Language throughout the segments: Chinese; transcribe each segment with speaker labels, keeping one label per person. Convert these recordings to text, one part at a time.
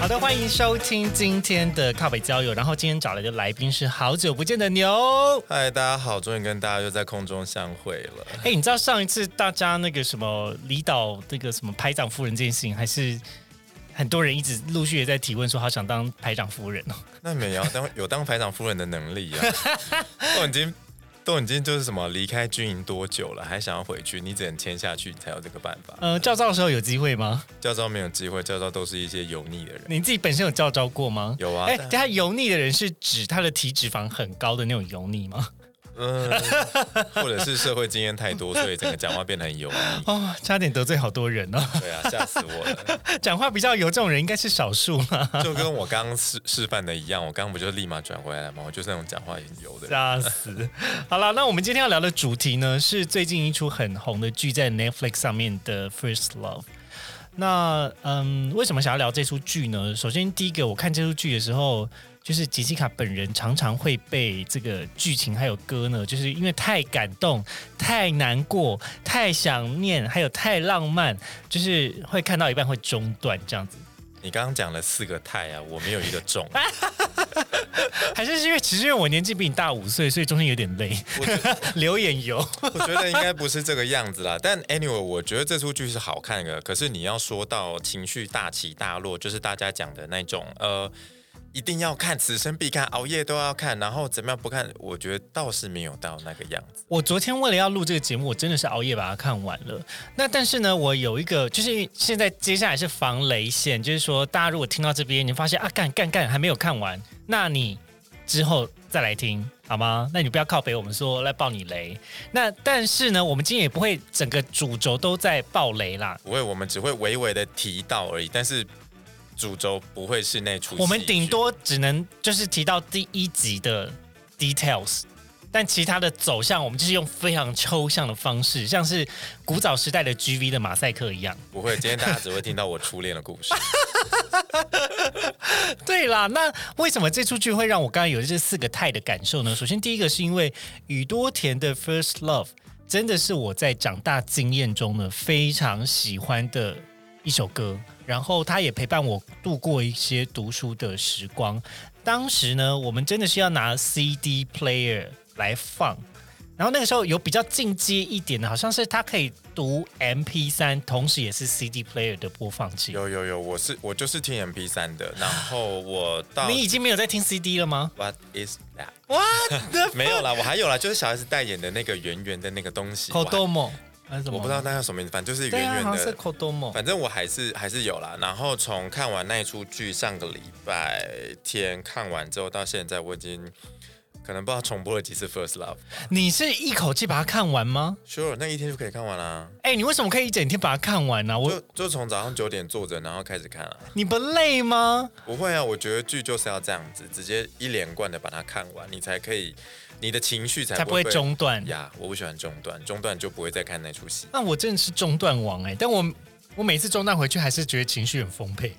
Speaker 1: 好的，欢迎收听今天的靠北交友。然后今天找来的来宾是好久不见的牛。
Speaker 2: 嗨，大家好，终于跟大家又在空中相会了。
Speaker 1: 哎，你知道上一次大家那个什么离岛那个什么排长夫人这件事情，还是很多人一直陆续也在提问说，好想当排长夫人哦。
Speaker 2: 那你们也要当有当排长夫人的能力 啊？都已经都已经就是什么离开军营多久了，还想要回去？你只能签下去才有这个办法。
Speaker 1: 呃，教招的时候有机会吗？
Speaker 2: 教招没有机会，教招都是一些油腻的人。
Speaker 1: 你自己本身有教招过吗？
Speaker 2: 有啊
Speaker 1: 哎，
Speaker 2: 但
Speaker 1: 等下油腻的人是指他的体脂肪很高的那种油腻吗？
Speaker 2: 嗯，或者是社会经验太多，所以整个讲话变得很油腻。
Speaker 1: 哦，差点得罪好多人哦。
Speaker 2: 对啊，吓死我了！
Speaker 1: 讲话比较油这种人应该是少数嘛。
Speaker 2: 就跟我刚刚示示范的一样，我刚刚不就立马转回来了吗？我就是那种讲话很油的人。
Speaker 1: 吓死！好了，那我们今天要聊的主题呢，是最近一出很红的剧，在 Netflix 上面的《First Love》。那嗯，为什么想要聊这出剧呢？首先，第一个，我看这出剧的时候，就是杰西卡本人常常会被这个剧情还有歌呢，就是因为太感动、太难过、太想念，还有太浪漫，就是会看到一半会中断这样子。
Speaker 2: 你刚刚讲了四个太啊，我没有一个中。
Speaker 1: 还是是因为其实因为我年纪比你大五岁，所以中间有点累，
Speaker 2: 我觉得
Speaker 1: 流眼油。
Speaker 2: 我觉得应该不是这个样子啦。但 anyway，我觉得这出剧是好看的。可是你要说到情绪大起大落，就是大家讲的那种呃，一定要看，此生必看，熬夜都要看，然后怎么样不看？我觉得倒是没有到那个样子。
Speaker 1: 我昨天为了要录这个节目，我真的是熬夜把它看完了。那但是呢，我有一个，就是现在接下来是防雷线，就是说大家如果听到这边，你发现啊干干干还没有看完，那你之后再来听好吗？那你不要靠北我们说来爆你雷。那但是呢，我们今天也不会整个主轴都在爆雷啦，
Speaker 2: 不会，我们只会微微的提到而已，但是主轴不会是那出戏剧。
Speaker 1: 我们顶多只能就是提到第一集的 details，但其他的走向我们就是用非常抽象的方式，像是古早时代的 GV 的马赛克一样。
Speaker 2: 不会，今天大家只会听到我初恋的故事。
Speaker 1: 对啦，那为什么这出剧会让我刚刚有这四个态的感受呢？首先，第一个是因为宇多田的《First Love》真的是我在长大经验中呢非常喜欢的一首歌，然后它也陪伴我度过一些读书的时光。当时呢，我们真的是要拿 CD player 来放。然后那个时候有比较进阶一点的，好像是它可以读 MP 三，同时也是 CD player 的播放器。
Speaker 2: 有有有，我是我就是听 MP 三的，然后我到
Speaker 1: 你已经没有在听 CD 了吗？
Speaker 2: What is that？
Speaker 1: 哇，
Speaker 2: 没有啦，我还有啦，就是小 S 代言的那个圆圆的那个东西，
Speaker 1: 口
Speaker 2: 我还
Speaker 1: 多莫还呃是什么？
Speaker 2: 我不知道那叫什么名字，反正就是
Speaker 1: 对
Speaker 2: 圆
Speaker 1: 啊，
Speaker 2: 圆
Speaker 1: 好像是
Speaker 2: 的。
Speaker 1: 口多莫。
Speaker 2: 反正我还是还是有啦，然后从看完那一出剧，上个礼拜天看完之后到现在，我已经可能不知道重播了几次《First Love
Speaker 1: 你是一口气把它看完吗？》。
Speaker 2: Sure，那一天就可以看完啦、
Speaker 1: 哎、你为什么可以一整天把它看完呢、
Speaker 2: 就
Speaker 1: 我
Speaker 2: 就从早上九点坐着，然后开始看啊。
Speaker 1: 你不累吗？
Speaker 2: 不会啊，我觉得剧就是要这样子，直接一连贯的把它看完，你才可以，你的情绪才
Speaker 1: 才不会
Speaker 2: 被
Speaker 1: 中断。
Speaker 2: 呀。我不喜欢中断，中断就不会再看那出戏。
Speaker 1: 那我真的是中断王哎、但我我每次中断回去还是觉得情绪很丰沛。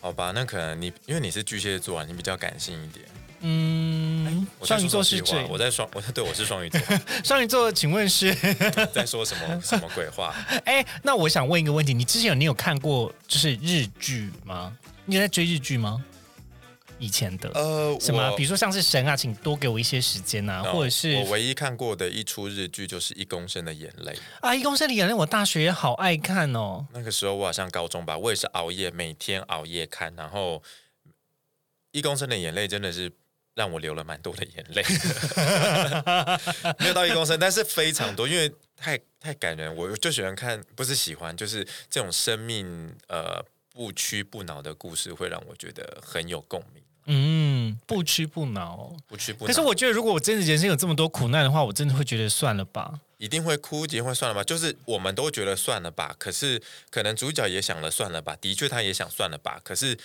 Speaker 2: 好吧，那可能你因为你是巨蟹座啊，你比较感性一点。
Speaker 1: 嗯，
Speaker 2: 哎我在
Speaker 1: 双鱼座
Speaker 2: 说
Speaker 1: 是
Speaker 2: 什么
Speaker 1: 这
Speaker 2: 屁话啊我在双，我对我是双鱼 座，
Speaker 1: 双鱼座，请问是
Speaker 2: 在说什么什么鬼话？
Speaker 1: 哎、那我想问一个问题，你之前有你有看过就是日剧吗？你有在追日剧吗？以前的、
Speaker 2: 呃，
Speaker 1: 什么啊、
Speaker 2: 我
Speaker 1: 比如说像是神啊，请多给我一些时间啊，
Speaker 2: no，
Speaker 1: 或者是
Speaker 2: 我唯一看过的一出日剧就是《一公升的眼泪》，
Speaker 1: 啊，一公升的眼泪，我大学也好爱看哦。
Speaker 2: 那个时候我好像高中吧，我也是熬夜，每天熬夜看，然后《一公升的眼泪》真的是。让我流了蛮多的眼泪， 没有到一公升，但是非常多，因为太太感人。我就喜欢看，不是喜欢，就是这种生命呃不屈不挠的故事，会让我觉得很有共鸣。
Speaker 1: 嗯，不屈不挠。
Speaker 2: 不屈不挠。
Speaker 1: 可是我觉得，如果我真的人生有这么多苦难的话，我真的会觉得算了吧。
Speaker 2: 一定会哭，一定会算了吧？就是我们都觉得算了吧，可是可能主角也想了算了吧，的确他也想算了吧，可是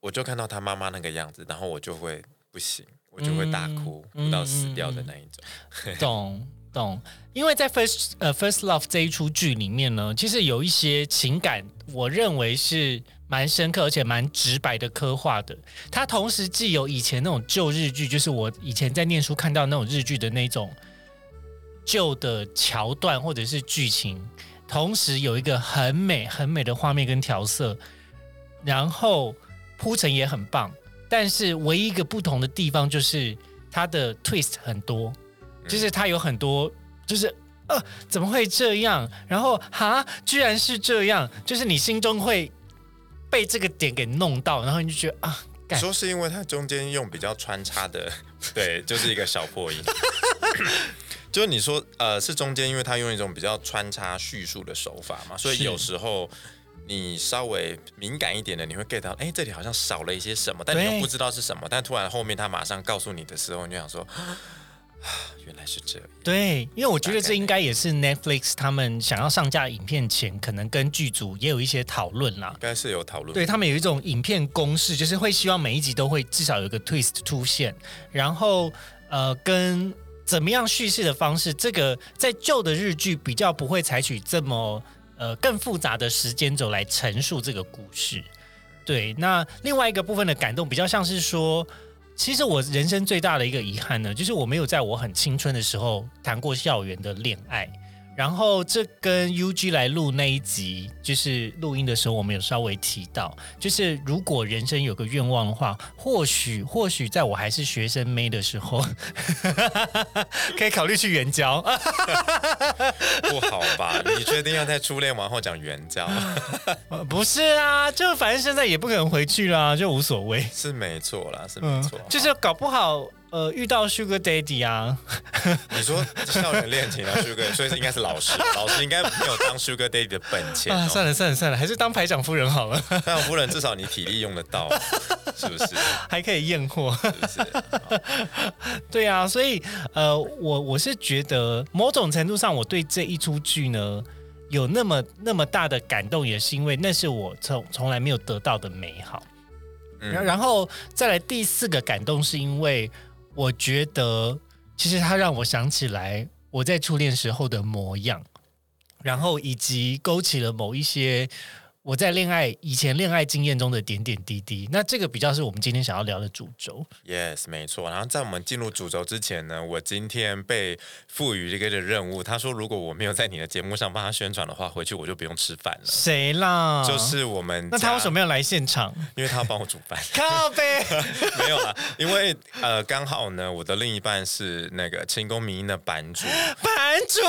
Speaker 2: 我就看到他妈妈那个样子，然后我就会不行，我就会大哭，
Speaker 1: 嗯
Speaker 2: 哭到死掉的那一种。
Speaker 1: 懂。懂，因为在 first 呃 first love 这一出剧里面呢，其实有一些情感，我认为是蛮深刻而且蛮直白的刻画的。它同时既有以前那种旧日剧，就是我以前在念书看到那种日剧的那种旧的桥段或者是剧情，同时有一个很美很美的画面跟调色，然后铺陈也很棒。但是唯一一个不同的地方就是它的 twist 很多，
Speaker 2: 嗯
Speaker 1: 就是它有很多，就是呃，怎么会这样？然后哈，居然是这样，就是你心中会被这个点给弄到，然后你就觉得啊，
Speaker 2: 你
Speaker 1: 干
Speaker 2: 说是因为它中间用比较穿插的， 对，就是一个小破音。 就是你说，呃，是中间，因为它用一种比较穿插叙述的手法嘛，所以
Speaker 1: 是
Speaker 2: 有时候你稍微敏感一点的，你会 get 到，哎，这里好像少了一些什么，但你
Speaker 1: 对
Speaker 2: 又不知道是什么，但突然后面他马上告诉你的时候，你就想说， 啊，原来是这样。
Speaker 1: 对，因为我觉得
Speaker 2: 大概
Speaker 1: 这应该也是 Netflix 他们想要上架影片前，可能跟剧组也有一些讨论啦。
Speaker 2: 应该是有讨论。
Speaker 1: 对他们有一种影片公式，就是会希望每一集都会至少有一个 twist 出现，然后呃，跟怎么样叙事的方式，这个在旧的日剧比较不会采取这么呃更复杂的时间轴来陈述这个故事。对，那另外一个部分的感动比较像是说，其实我人生最大的一个遗憾呢，就是我没有在我很青春的时候谈过校园的恋爱。然后这跟 UG 来录那一集，就是录音的时候，我们有稍微提到，就是如果人生有个愿望的话，或许或许在我还是学生妹的时候， 可以考虑去援交。啊
Speaker 2: 不好吧？你确定要在初恋完后讲援交？
Speaker 1: 不是啊，就反正现在也不可能回去啦，就无所谓。
Speaker 2: 是没错啦，是没
Speaker 1: 嗯
Speaker 2: 错。，
Speaker 1: 就是搞不好呃遇到 Sugar Daddy 啊，
Speaker 2: 你说校园恋情啊，Sugar，所以应该是老师，老师应该没有当 Sugar Daddy 的本钱
Speaker 1: 啊 算
Speaker 2: 哦。
Speaker 1: 了算了算了，还是当排长夫人好了，
Speaker 2: 但夫人至少你体力用得到，是不是？是
Speaker 1: 还可以验货。
Speaker 2: 不是？
Speaker 1: 对啊，所以呃，我我是觉得某种程度上，我对这一出剧呢有那么那么大的感动，也是因为那是我从从来没有得到的美好。 然、
Speaker 2: 嗯，
Speaker 1: 然后再来第四个感动，是因为我觉得其实它让我想起来我在初恋时候的模样，然后以及勾起了某一些我在恋爱以前恋爱经验中的点点滴滴。那这个比较是我们今天想要聊的主轴。
Speaker 2: yes，没错。然后在我们进入主轴之前呢，我今天被赋予这个的任务，他说如果我没有在你的节目上帮他宣传的话，回去我就不用吃饭了。
Speaker 1: 谁啦？
Speaker 2: 就是我们，
Speaker 1: 啊那他为什
Speaker 2: 么？
Speaker 1: 么要来现场？
Speaker 2: 因为他要帮我煮饭。
Speaker 1: 靠呗，
Speaker 2: 没有啦，因为呃，刚好呢，我的另一半是那个清宫迷音的版主，
Speaker 1: 版主。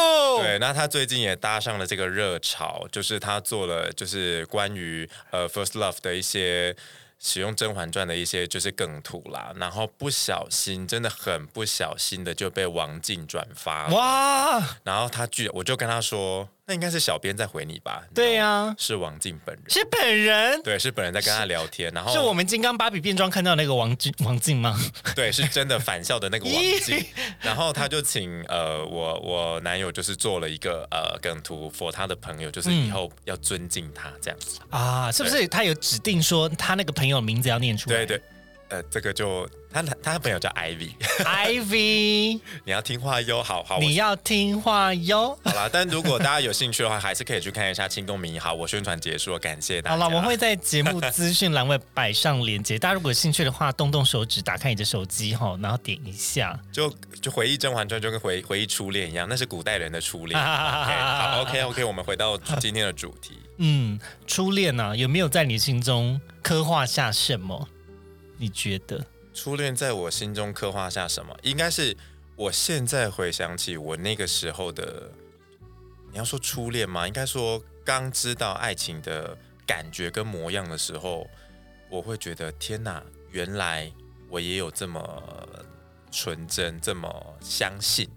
Speaker 2: 对，那他最近也搭上了这个热潮，就是他做了就是关于呃 First Love 的一些。使用《甄嬛传》的一些就是梗图啦，然后不小心，真的很不小心的就被王静转发了。
Speaker 1: 哇，
Speaker 2: 然后他居，我就跟他说，那应该是小编在回你吧？
Speaker 1: 对啊呀、
Speaker 2: 是王静本人，
Speaker 1: 是本人，
Speaker 2: 对，哦是本人在跟他聊天。然后
Speaker 1: 是我们金刚芭比变装看到那个王静王静吗？
Speaker 2: 对，是真的返校的那个王
Speaker 1: 咦
Speaker 2: 静。然后他就请呃我我男友就是做了一个呃梗图 for 他的朋友，就是
Speaker 1: 嗯
Speaker 2: 以后要尊敬他这样子。
Speaker 1: 啊，是不是他有指定说他那个朋友的名字要念出来？
Speaker 2: 对对，呃，这个就他他朋友叫 Ivy，
Speaker 1: ，Ivy，
Speaker 2: 你要听话哟，好好。我
Speaker 1: 你要听话 哟。
Speaker 2: 好啦，但如果大家有兴趣的话，还是可以去看一下《清宫迷》。好，我宣传结束了，感谢大
Speaker 1: 好
Speaker 2: 家。
Speaker 1: 了，我会在节目资讯栏位摆上链接，大家如果有兴趣的话，动动手指打开你的手机哈，然后点一下。
Speaker 2: 就就回忆《甄嬛传》，就跟回回忆初恋一样，那是古代人的初恋。OK，好，OK OK，我们回到今天的主题。
Speaker 1: 嗯，初恋呢、啊，有没有在你心中刻画下什么？你觉得？
Speaker 2: 初恋在我心中刻画下什么？应该是我现在回想起我那个时候的，你要说初恋吗？应该说刚知道爱情的感觉跟模样的时候，我会觉得天哪，原来我也有这么纯真，这么相信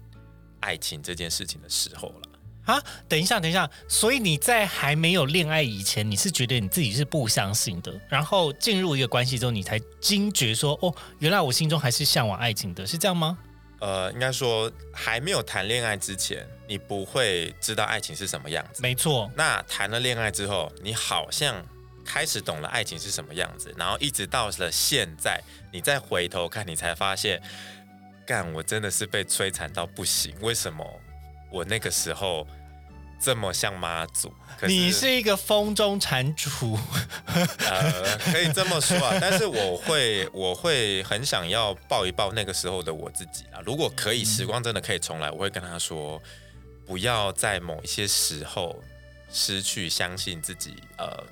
Speaker 2: 爱情这件事情的时候了。
Speaker 1: 啊，等一下，等一下，所以你在还没有恋爱以前，你是觉得你自己是不相信的，然后进入一个关系之后，你才惊觉说，哦，原来我心中还是向往爱情的，是这样 吗？
Speaker 2: 呃，应该说还没有谈恋爱之前，你不会知道爱情是什么样子。
Speaker 1: 没错，
Speaker 2: 那谈了恋爱之后，你好像开始懂了爱情是什么样子，然后一直到了现在，你再回头看，你才发现，干，我真的是被摧残到不行。为什么我那个时候这么像妈祖。可
Speaker 1: 你是一个风中蟾蜍，
Speaker 2: 呃，可以这么说啊，但是我会， 我会很想要抱一抱那个时候的我自己啊。如果可以，时光真的可以重来，我会跟他说，不要在某一些时候失去相信自己，呃，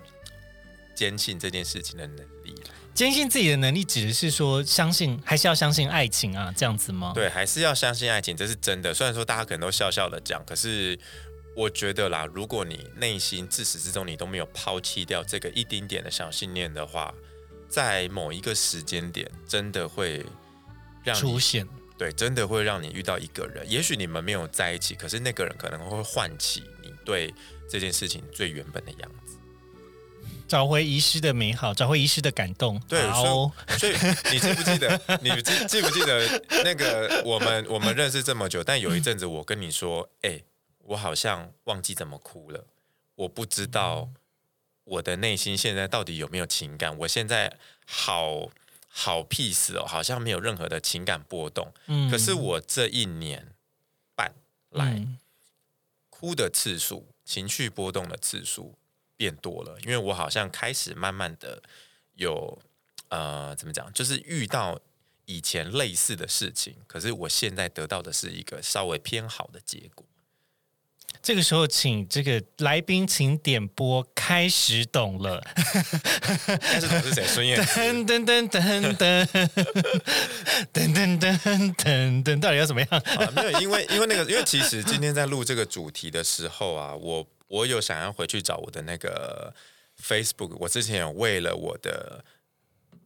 Speaker 2: 坚信这件事情的能力。
Speaker 1: 坚信自己的能力，指的是说相信，还是要相信爱情啊？这样子吗？
Speaker 2: 对，还是要相信爱情，这是真的。虽然说大家可能都笑笑的讲，可是我觉得啦，如果你内心自始至终你都没有抛弃掉这个一丁点的小信念的话，在某一个时间点，真的会让
Speaker 1: 出
Speaker 2: 你
Speaker 1: 现
Speaker 2: 对，真的会让你遇到一个人。也许你们没有在一起，可是那个人可能会唤起你对这件事情最原本的样子。
Speaker 1: 找回遗失的美好，找回遗失的感动。
Speaker 2: 对
Speaker 1: 好哦
Speaker 2: 所以你记不记得？ 你记记不记得那个我们我们认识这么久，但有一阵子我跟你说，哎、我好像忘记怎么哭了，我不知道我的内心现在到底有没有情感，我现在好好 peace 哦，好像没有任何的情感波动。
Speaker 1: 嗯
Speaker 2: 可是我这一年半来，
Speaker 1: 嗯
Speaker 2: 哭的次数、情绪波动的次数变多了，因为我好像开始慢慢的有呃，怎么讲，就是遇到以前类似的事情，可是我现在得到的是一个稍微偏好的结果。
Speaker 1: 这个时候，请这个来宾，请点播开始懂了，
Speaker 2: 但是我是谁？孙燕姿。
Speaker 1: 噔 噔噔噔噔噔噔噔噔噔，到底要怎么样？
Speaker 2: 啊，没有，因为因为那个，因为其实今天在录这个主题的时候啊，我我有想要回去找我的那个 Facebook，我之前有为了我的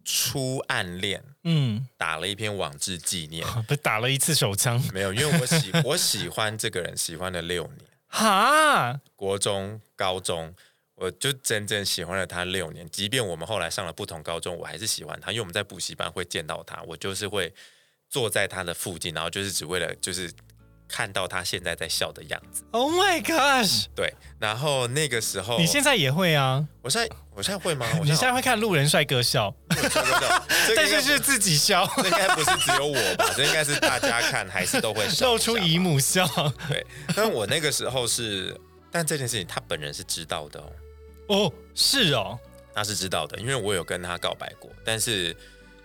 Speaker 2: 初暗恋
Speaker 1: 嗯，
Speaker 2: 打了一篇网志纪念，
Speaker 1: 不是打了一次手枪，
Speaker 2: 没有，因为我喜 我喜欢这个人，喜欢了六年，
Speaker 1: 哈，
Speaker 2: 国中、高中，我就整整喜欢了他六年。即便我们后来上了不同高中，我还是喜欢他，因为我们在补习班会见到他，我就是会坐在他的附近，然后就是只为了就是看到他现在在笑的样子。
Speaker 1: Oh my gosh！、
Speaker 2: 对，然后那个时候，
Speaker 1: 你现在也会啊？
Speaker 2: 我现在我现在会吗？我
Speaker 1: 你现在会看路人帅哥笑，
Speaker 2: 在，
Speaker 1: 但
Speaker 2: 但
Speaker 1: 是
Speaker 2: 是
Speaker 1: 是自己笑，
Speaker 2: 这应该不是只有我吧？这应该是大家看还是都会笑
Speaker 1: 露
Speaker 2: 一下
Speaker 1: 出
Speaker 2: 吧
Speaker 1: 姨母笑。
Speaker 2: 对，但我那个时候是，但这件事情他本人是知道的哦，
Speaker 1: 哦，是哦，
Speaker 2: 他是知道的，因为我有跟他告白过，但是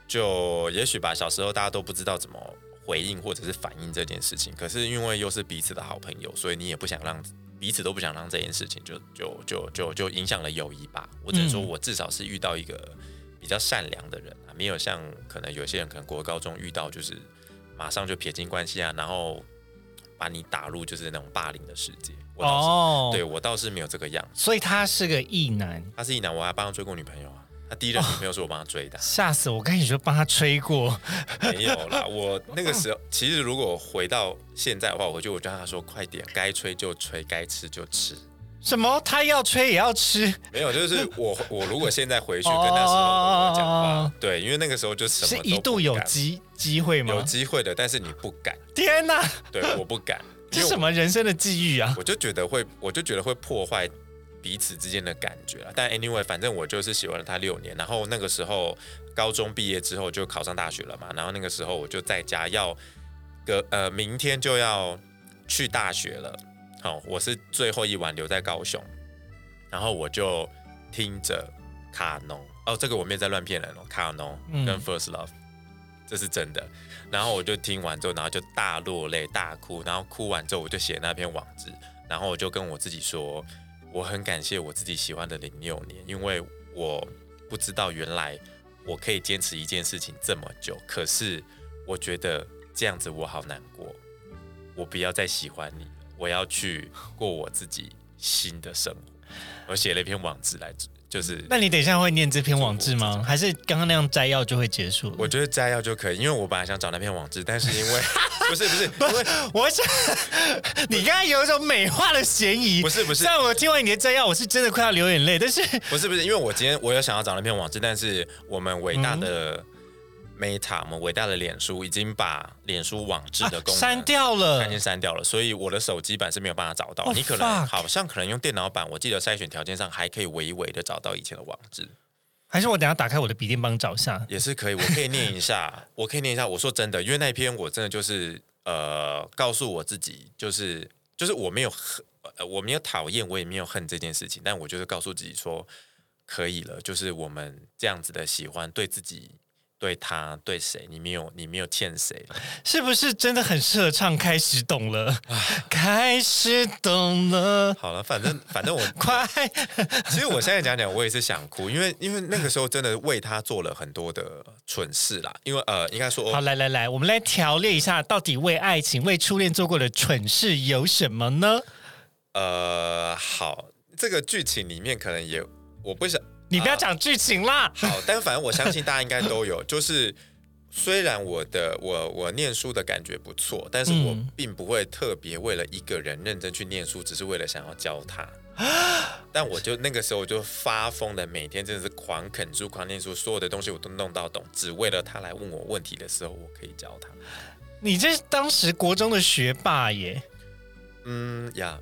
Speaker 2: 就也许吧，小时候大家都不知道怎么回应或者是反应这件事情，可是因为又是彼此的好朋友，所以你也不想让彼此都不想让这件事情就就就就就影响了友谊吧。我只能说
Speaker 1: 嗯
Speaker 2: 我至少是遇到一个比较善良的人啊，没有像可能有些人可能国高中遇到就是马上就撇清关系啊，然后把你打入就是那种霸凌的世界。我倒是、
Speaker 1: 哦，
Speaker 2: 对，我倒是没有这个样子。
Speaker 1: 所以他是个异男，，
Speaker 2: 他是一男，我还帮他追过女朋友啊。他第一任女朋友是我帮他追的啊
Speaker 1: 吓死我！我跟你说，帮他吹过，哦
Speaker 2: 没有啦。我那个时候，其实如果回到现在的话，我就我就跟他说，快点，该吹就吹，该吃就吃。
Speaker 1: 什么他要吹也要吃，
Speaker 2: 没有，就是我我如果现在回去跟那时候的我
Speaker 1: 哦哦哦
Speaker 2: 讲
Speaker 1: 哦
Speaker 2: 话
Speaker 1: 哦，
Speaker 2: 对，因为那个时候就什
Speaker 1: 是
Speaker 2: 么都
Speaker 1: 一度有
Speaker 2: 机
Speaker 1: 机机会
Speaker 2: 有
Speaker 1: 吗？
Speaker 2: 机会的，但是你不敢，
Speaker 1: 天哪，
Speaker 2: 对，我不敢，
Speaker 1: 这
Speaker 2: 因
Speaker 1: 是
Speaker 2: 为
Speaker 1: 什
Speaker 2: 我
Speaker 1: 么人生的际遇啊？
Speaker 2: 我就觉得会，我就觉得会破坏彼此之间的感觉了。但 anyway，反正我就是喜欢了他六年，然后那个时候高中毕业之后就考上大学了嘛，然后那个时候我就在家要隔呃明天就要去大学了，好、我是最后一晚留在高雄，然后我就听着卡农哦，这个我没有在乱骗人哦，卡农
Speaker 1: 嗯
Speaker 2: 跟 First Love、这是真的。然后我就听完之后，然后就大落泪、大哭，然后哭完之后我就写那篇网志，然后我就跟我自己说，我很感谢我自己喜欢的零六年，因为我不知道原来我可以坚持一件事情这么久，可是我觉得这样子我好难过，我不要再喜欢你了，我要去过我自己新的生活。我写了一篇网志来，就是
Speaker 1: 那你等一下会念这篇网志吗？还是刚刚那样摘要就会结束了？
Speaker 2: 我觉得摘要就可以，因为我本来想找那篇网志，但是因为不是不是因为
Speaker 1: 我想， 你刚才有一种美化的嫌疑。
Speaker 2: 不是不是
Speaker 1: 虽然我听完你的摘要，我是真的快要流眼泪，但是
Speaker 2: 不是不是，因为我今天我有想要找那篇网志，但是我们伟大
Speaker 1: 嗯
Speaker 2: 的 Meta，、我们伟大的脸书已经把脸书网志的功能、
Speaker 1: 啊哦删掉了
Speaker 2: 它已。经删掉了，所以我的手机版是没有办法找到。
Speaker 1: Oh,
Speaker 2: 你可能
Speaker 1: fuck
Speaker 2: 好像可能用电脑版，我记得筛选条件上还可以微微的找到以前的网址，
Speaker 1: 还是我等一下打开我的笔电帮你找一下。
Speaker 2: 也是可以。我可以念一下， 我可以念一下。我说真的，因为那篇我真的就是呃，告诉我自己，就是就是我没有恨，呃，我没有讨厌，我也没有恨这件事情，但我就是告诉自己说，可以了，就是我们这样子的喜欢，对自己、对他、对谁，你没有，你没有欠谁，
Speaker 1: 是不是真的很适合唱《开始懂了》？开始懂了，
Speaker 2: 好了， 反正反正我
Speaker 1: 快！
Speaker 2: 其实我现在讲讲，我也是想哭，因为因为那个时候真的为他做了很多的蠢事啦。因为呃，应该说
Speaker 1: 好，来来来，我们来条列一下，到底为爱情、为初恋做过的蠢事有什么呢？
Speaker 2: 呃，好，这个剧情里面可能也我不想
Speaker 1: 你不要
Speaker 2: 啊
Speaker 1: 讲剧情啦，
Speaker 2: 好，但反正我相信大家应该都有，就是虽然我的我我念书的感觉不错，但是我
Speaker 1: 嗯
Speaker 2: 并不会特别为了一个人认真去念书，只是为了想要教他。
Speaker 1: 啊
Speaker 2: 但我就那个时候我就发疯的，每天真的是狂啃书、狂念书，所有的东西我都弄到懂，只为了他来问我问题的时候，我可以教他。
Speaker 1: 你这是当时国中的学霸耶，
Speaker 2: 嗯 呀，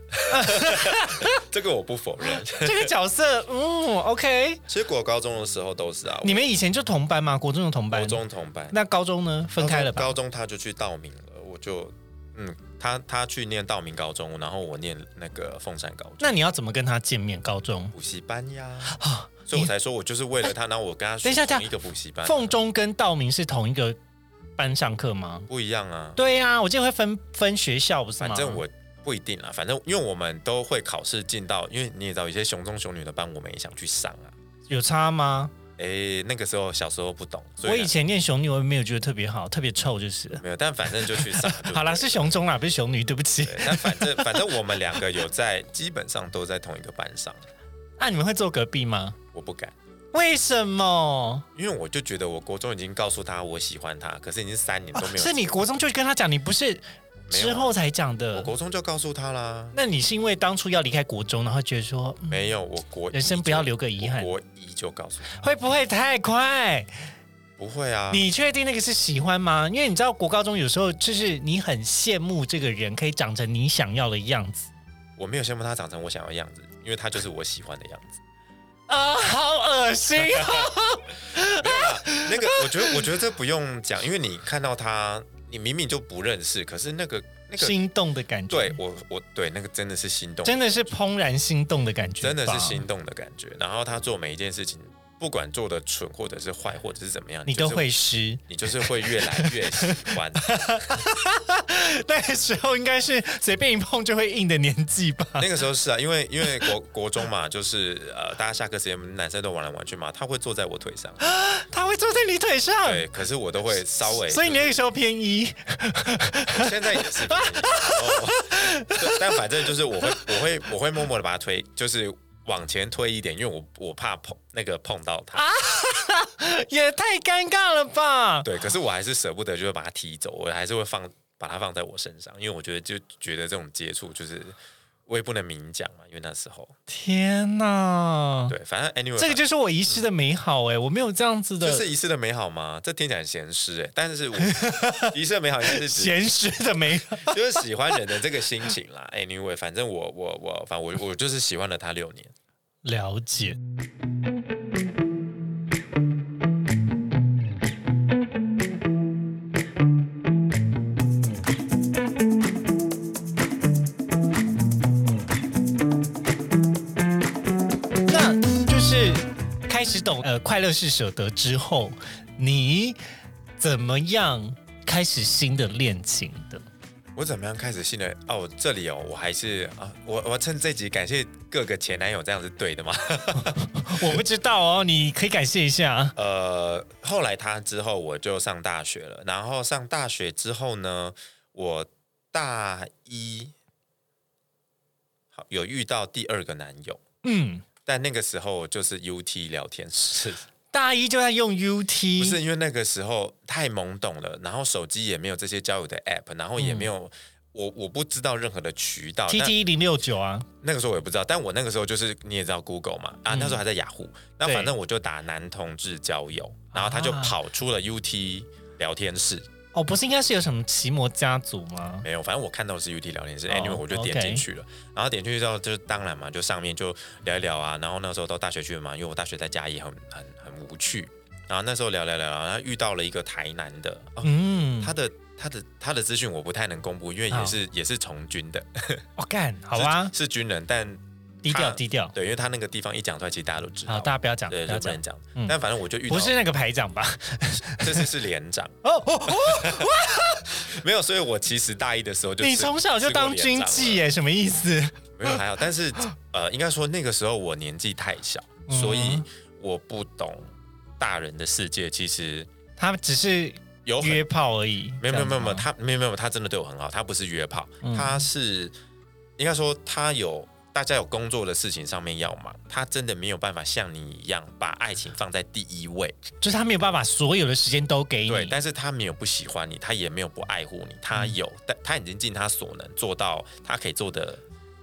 Speaker 2: 这个我不否认。
Speaker 1: 这个角色，嗯，OK。
Speaker 2: 其实我高中的时候都是啊，
Speaker 1: 你们以前就同班吗？国中就同
Speaker 2: 我
Speaker 1: 班，
Speaker 2: 高中同班，
Speaker 1: 那高中呢？分开了吧？
Speaker 2: 高中高中他就去道明了，我就嗯，他他去念道明高中，然后我念那个凤山高中
Speaker 1: 那你要怎么跟他见面？高中
Speaker 2: 补习班呀，
Speaker 1: 啊，
Speaker 2: 所以我才说我就是为了他，然后我跟他
Speaker 1: 等一下
Speaker 2: 说
Speaker 1: 等一下
Speaker 2: 同一个补习班，啊
Speaker 1: 凤中跟道明是同一个班上课吗？
Speaker 2: 不一样啊，
Speaker 1: 对呀、我记得会分分学校，不是吗？
Speaker 2: 反正我。不一定啦，反正因为我们都会考试进到，因为你也知道，有些雄中雄女的班我们也想去上啊。
Speaker 1: 有差吗？
Speaker 2: 诶，那个时候小时候不懂，所啊
Speaker 1: 我以前念雄女，我也没有觉得特别好，特别臭就是了。
Speaker 2: 没有，但反正就 去上就
Speaker 1: 好啦，
Speaker 2: 对
Speaker 1: 是雄中啦，不是雄女，对不起。
Speaker 2: 对，但反正反正我们两个有在，基本上都在同一个班上。
Speaker 1: 那、啊你们会坐隔壁吗？
Speaker 2: 我不敢，
Speaker 1: 为什么？
Speaker 2: 因为我就觉得我国中已经告诉他我喜欢他，可是已经三年都没有。
Speaker 1: 啊是你国中就跟他讲，你不是
Speaker 2: 没有啊
Speaker 1: 之后才讲
Speaker 2: 我
Speaker 1: 的。
Speaker 2: 国中就告诉他啦，
Speaker 1: 那你是因为当初要离开国中，然后觉得说嗯
Speaker 2: 没有，我国一
Speaker 1: 人生不要留个遗憾
Speaker 2: 我，国一就告诉他，
Speaker 1: 会不会太快？
Speaker 2: 不会啊，
Speaker 1: 你确定那个是喜欢吗？因为你知道国高中有时候就是你很羡慕这个人可以长成你想要的样子
Speaker 2: 我没有羡慕他长成我想要的样子，因为他就是我喜欢的样子。
Speaker 1: 啊、好恶心啊！
Speaker 2: 那个， 我觉得，我觉得这不用讲，因为你看到他，你明明就不认识，可是那个那个，
Speaker 1: 心动的感觉，
Speaker 2: 对，我我对那个真的是心动，
Speaker 1: 真的是怦然心动的感觉，
Speaker 2: 真的是心。动的感觉。然后他做每一件事情，不管做的蠢或者是坏或者是怎么样，
Speaker 1: 你都
Speaker 2: 就是
Speaker 1: 会湿，
Speaker 2: 你就是会越来越喜 欢。
Speaker 1: 那个时候应该是随便一碰就会硬的年纪吧？
Speaker 2: 那个时候是啊，因为因为国国中嘛，就是呃，大家下课时间男生都玩来玩去嘛，他会坐在我腿 上，
Speaker 1: 他会坐在你腿上，
Speaker 2: 对，可是我都会稍微，
Speaker 1: 所以你那个时候偏一，
Speaker 2: 我现在也是，哦对但反正就是我会我会我会默默的把他推，就是往前推一点，因为我我怕碰那个碰到他，
Speaker 1: 啊也太尴尬了吧？
Speaker 2: 对，可是我还是舍不得，就是把他踢走，我还是会放把他放在我身上，因为我觉得就觉得这种接触就是我也不能明讲嘛，因为那时候
Speaker 1: 天哪！
Speaker 2: 对，反正 anyway
Speaker 1: 这个就是我遗失的美好哎、我没有这样子的
Speaker 2: 就是一世的美好吗？这听起来很闲诗哎，但是我一世的美好应该是指
Speaker 1: 闲时的美好。
Speaker 2: 就是喜欢人的这个心情啦。Anyway，反 正我我我反正我我就是喜欢了他六年。
Speaker 1: 了解。那就是开始懂呃快乐是舍得之后，你怎么样开始新的恋情的？
Speaker 2: 我怎么样开始新的？哦，这里哦，我还是啊，我我要趁这集感谢各个前男友，这样是对的吗？
Speaker 1: 我不知道哦，你可以感谢一下。啊
Speaker 2: 呃，后来他之后我就上大学了，然后上大学之后呢，我大一好有遇到第二个男友，
Speaker 1: 嗯，
Speaker 2: 但那个时候就是 UT 聊天室。
Speaker 1: 大一就在用 UT，
Speaker 2: 不是因为那个时候太懵懂了，然后手机也没有这些交友的 app，然后也没有、我我不知道任何的渠道。
Speaker 1: 嗯 T
Speaker 2: 但
Speaker 1: T 一零六九啊，
Speaker 2: 那个时候我也不知道，但我那个时候就是你也知道 Google 嘛，啊，那时候还在雅虎，
Speaker 1: 嗯
Speaker 2: 那
Speaker 1: 对
Speaker 2: 反正我就打男同志交友，然后他就
Speaker 1: 啊
Speaker 2: 跑出了 UT 聊天室，
Speaker 1: 哦，不是应该是有什么奇摩家族吗？
Speaker 2: 没有，反正我看到的是 UT 聊天室
Speaker 1: 哦
Speaker 2: ，anyway、我就点
Speaker 1: OK
Speaker 2: 进去了，然后点进去之后就是当然嘛，就上面就聊一聊啊，然后那时候到大学去了嘛，因为我大学在嘉义很很很无趣，然后那时候聊聊聊，然后遇到了一个台南的，哦
Speaker 1: 嗯，
Speaker 2: 他的他的他的资讯我不太能公布，因为也
Speaker 1: 好
Speaker 2: 是也是从军的，
Speaker 1: 哦，干，好啊，
Speaker 2: 是，是军人，但
Speaker 1: 低调
Speaker 2: 他
Speaker 1: 低调，
Speaker 2: 对，因为他那个地方一讲出来，其实大家都知
Speaker 1: 好，
Speaker 2: 道，
Speaker 1: 大家不要讲，不要
Speaker 2: 对，就不
Speaker 1: 讲
Speaker 2: 能，讲
Speaker 1: 嗯。
Speaker 2: 但反正我就遇到，
Speaker 1: 不是那个排 长吧？
Speaker 2: 这次是连长，
Speaker 1: 哦哦哦，
Speaker 2: 没有，所以我其实大一的时候就
Speaker 1: 你
Speaker 2: 吃
Speaker 1: 从小就当军，
Speaker 2: 吃过
Speaker 1: 纪
Speaker 2: 连
Speaker 1: 耶，什么意思？
Speaker 2: 长了没有还好，但是呃，应该说那个时候我年纪太小，所以
Speaker 1: 嗯
Speaker 2: 我不懂大人的世界，其实
Speaker 1: 他只是
Speaker 2: 有很
Speaker 1: 约炮而已，
Speaker 2: 没有
Speaker 1: 这
Speaker 2: 没
Speaker 1: 样
Speaker 2: 有
Speaker 1: 子
Speaker 2: 没有没有，
Speaker 1: 吗
Speaker 2: 他没有没有，他真的对我很好，他不是约炮，
Speaker 1: 嗯
Speaker 2: 他是应该说他有大家有工作的事情上面要忙，他真的没有办法像你一样把爱情放在第一位，
Speaker 1: 就是他没有办法把所有的时间都给
Speaker 2: 对，
Speaker 1: 你，
Speaker 2: 但是他没有不喜欢你，他也没有不爱护你，他有，
Speaker 1: 嗯
Speaker 2: 但他已经尽他所能做到他可以做的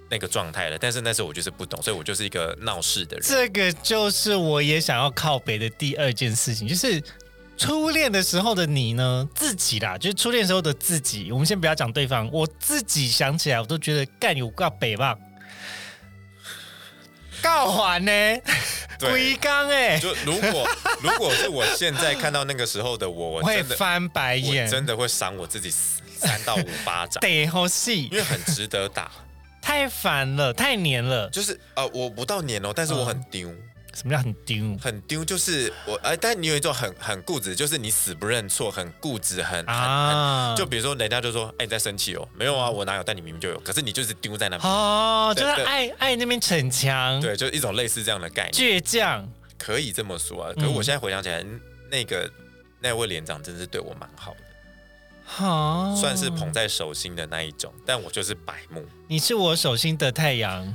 Speaker 2: 那个状态了，但是那时候我就是不懂，所以我就是一个闹事的人，
Speaker 1: 这个就是我也想要靠北的第二件事情，就是初恋的时候的你呢，自己啦，就是初恋时候的自己。我们先不要讲对方，我自己想起来，我都觉得干有个北吧，告还呢，龟
Speaker 2: 对。
Speaker 1: 缸哎，
Speaker 2: 就如果如果是我现在看到那个时候的我，我
Speaker 1: 会
Speaker 2: 真的
Speaker 1: 翻白
Speaker 2: 我
Speaker 1: 眼，
Speaker 2: 真的会赏我自己三到五巴 掌。
Speaker 1: 得好戏
Speaker 2: 因，为很值得打。
Speaker 1: 太烦了，太黏了。
Speaker 2: 就是呃，我不到年哦，但是我很丢，
Speaker 1: 什么叫很丢？
Speaker 2: 很丢，就是我哎、但你有一种很很固执，就是你死不认错，很固执，很很、
Speaker 1: 啊
Speaker 2: 很就比如说人家就说，哎、你在生气哦，没有啊，我哪有？但你明明就有，可是你就是丢在那边，
Speaker 1: 哦，就是
Speaker 2: 对对
Speaker 1: 爱爱那边逞强，
Speaker 2: 对，就是一种类似这样的概念，
Speaker 1: 倔强，
Speaker 2: 可以这么说啊。可是我现在回想起来，那个那位连长真是对我蛮好的，
Speaker 1: 哦，
Speaker 2: 算是捧在手心的那一种，但我就是白目，
Speaker 1: 你是我手心的太阳。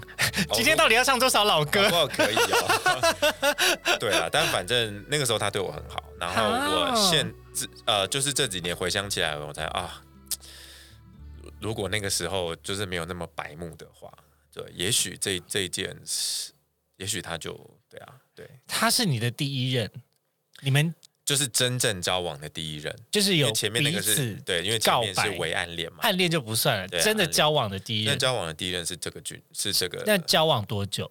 Speaker 1: 今天
Speaker 2: 到。
Speaker 1: 到底要唱多少老
Speaker 2: 搞不
Speaker 1: 歌？
Speaker 2: 好可以 哦。对啊，但反正那个时候他对我很好，然后我现自呃，就是这几年回想起来，我才啊，如果那个时候就是没有那么白目的话，对，也许这这一件事，也许他就对啊，对，
Speaker 1: 他是你的第一任，你们
Speaker 2: 就是真正交往的第一人，
Speaker 1: 就是
Speaker 2: 因
Speaker 1: 有
Speaker 2: 为前面那
Speaker 1: 彼
Speaker 2: 个是
Speaker 1: 此
Speaker 2: 对，因为前面
Speaker 1: 告
Speaker 2: 是
Speaker 1: 白
Speaker 2: 为暗恋嘛，
Speaker 1: 暗恋就不算了，
Speaker 2: 对
Speaker 1: 真的
Speaker 2: 暗恋
Speaker 1: 交往的第一
Speaker 2: 那
Speaker 1: 任。
Speaker 2: 交往的第一人是这个剧，是这
Speaker 1: 那
Speaker 2: 个
Speaker 1: 交往多久？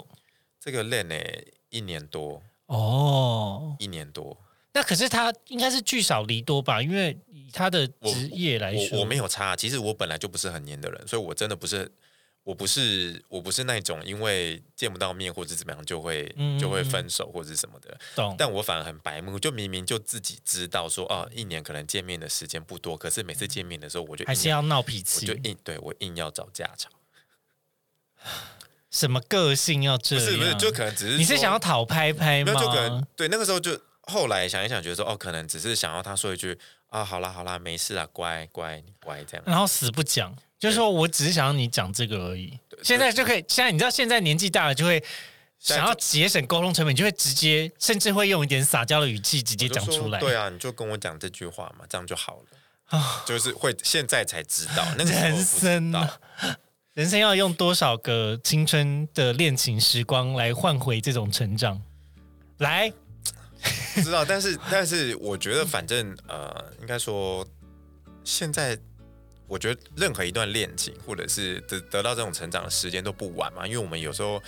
Speaker 2: 这个恋呢、一年多，
Speaker 1: 哦，
Speaker 2: 一年多，
Speaker 1: 那可是他应该是聚少离多吧？因为以他的职业来
Speaker 2: 我
Speaker 1: 说，
Speaker 2: 我没有差，啊其实我本来就不是很黏的人，所以我真的不是，我不是，我不是那种因为见不到面或者怎么样就会、
Speaker 1: 嗯
Speaker 2: 就会分手或者什么的。
Speaker 1: 懂。
Speaker 2: 但我反而很白目，就明明就自己知道说，哦、一年可能见面的时间不多，可是每次见面的时候，我就
Speaker 1: 还是
Speaker 2: 硬
Speaker 1: 要闹脾
Speaker 2: 我就
Speaker 1: 气，
Speaker 2: 硬对我硬要找架吵，
Speaker 1: 什么个性要这
Speaker 2: 不
Speaker 1: 样？
Speaker 2: 是不是，就可能只是
Speaker 1: 你是
Speaker 2: 说
Speaker 1: 想要讨拍拍
Speaker 2: 没
Speaker 1: 吗
Speaker 2: 有，？就可能对那个时候就后来想一想，觉得说哦，可能只是想要他说一句啊，好啦好啦，没事啦，乖乖你乖这样。
Speaker 1: 然后死不讲，就是说我只是想要你讲这个而已。
Speaker 2: 对
Speaker 1: 现在就可以，现在你知道，现在年纪大了就会
Speaker 2: 现在
Speaker 1: 想
Speaker 2: 就
Speaker 1: 要节省沟通成本，你就会直接，甚至会用一点撒娇的语气直接
Speaker 2: 就
Speaker 1: 讲
Speaker 2: 说
Speaker 1: 出来。
Speaker 2: 对啊，你就跟我讲这句话嘛，这样就好
Speaker 1: 啊
Speaker 2: 了。就是会现在才知道，那个时候
Speaker 1: 人
Speaker 2: 不知
Speaker 1: 生
Speaker 2: 道
Speaker 1: 啊，人生要用多少个青春的恋情时光来换回这种成长？来，
Speaker 2: 不知道。但是，但是我觉得，反正呃，应该说，现在我觉得任何一段恋情，或者是得得到这种成长的时间都不晚嘛。因为我们有时候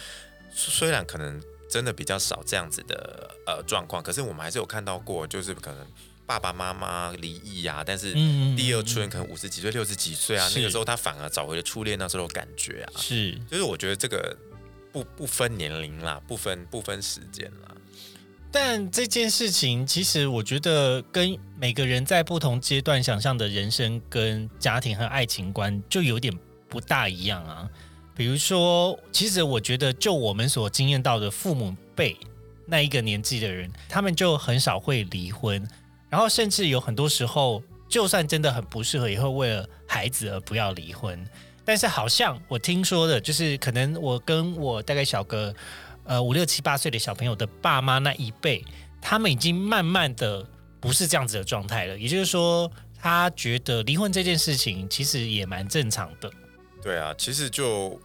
Speaker 2: 虽然可能真的比较少这样子的呃状况，可是我们还是有看到过，就是可能爸爸妈妈离异啊，但是
Speaker 1: 嗯
Speaker 2: 第二春可能五十几岁、六十几岁啊，
Speaker 1: 是
Speaker 2: 那个时候他反而找回了初恋那时候的感觉啊。
Speaker 1: 是
Speaker 2: 就是我觉得这个不不分年龄啦，不分不分时间啦，
Speaker 1: 但这件事情，其实我觉得跟每个人在不同阶段想象的人生、跟家庭和爱情观，就有点不大一样啊。比如说，其实我觉得，就我们所经验到的父母辈那一个年纪的人，他们就很少会离婚，然后甚至有很多时候，就算真的很不适合，也会为了孩子而不要离婚。但是好像我听说的，就是可能我跟我大概小个呃五六七八岁的小朋友的爸妈那一辈，他们已经慢慢的不是这样子的状态了。也就是说，他觉得离婚这件事情其实也蛮正常的。
Speaker 2: 对啊，其实就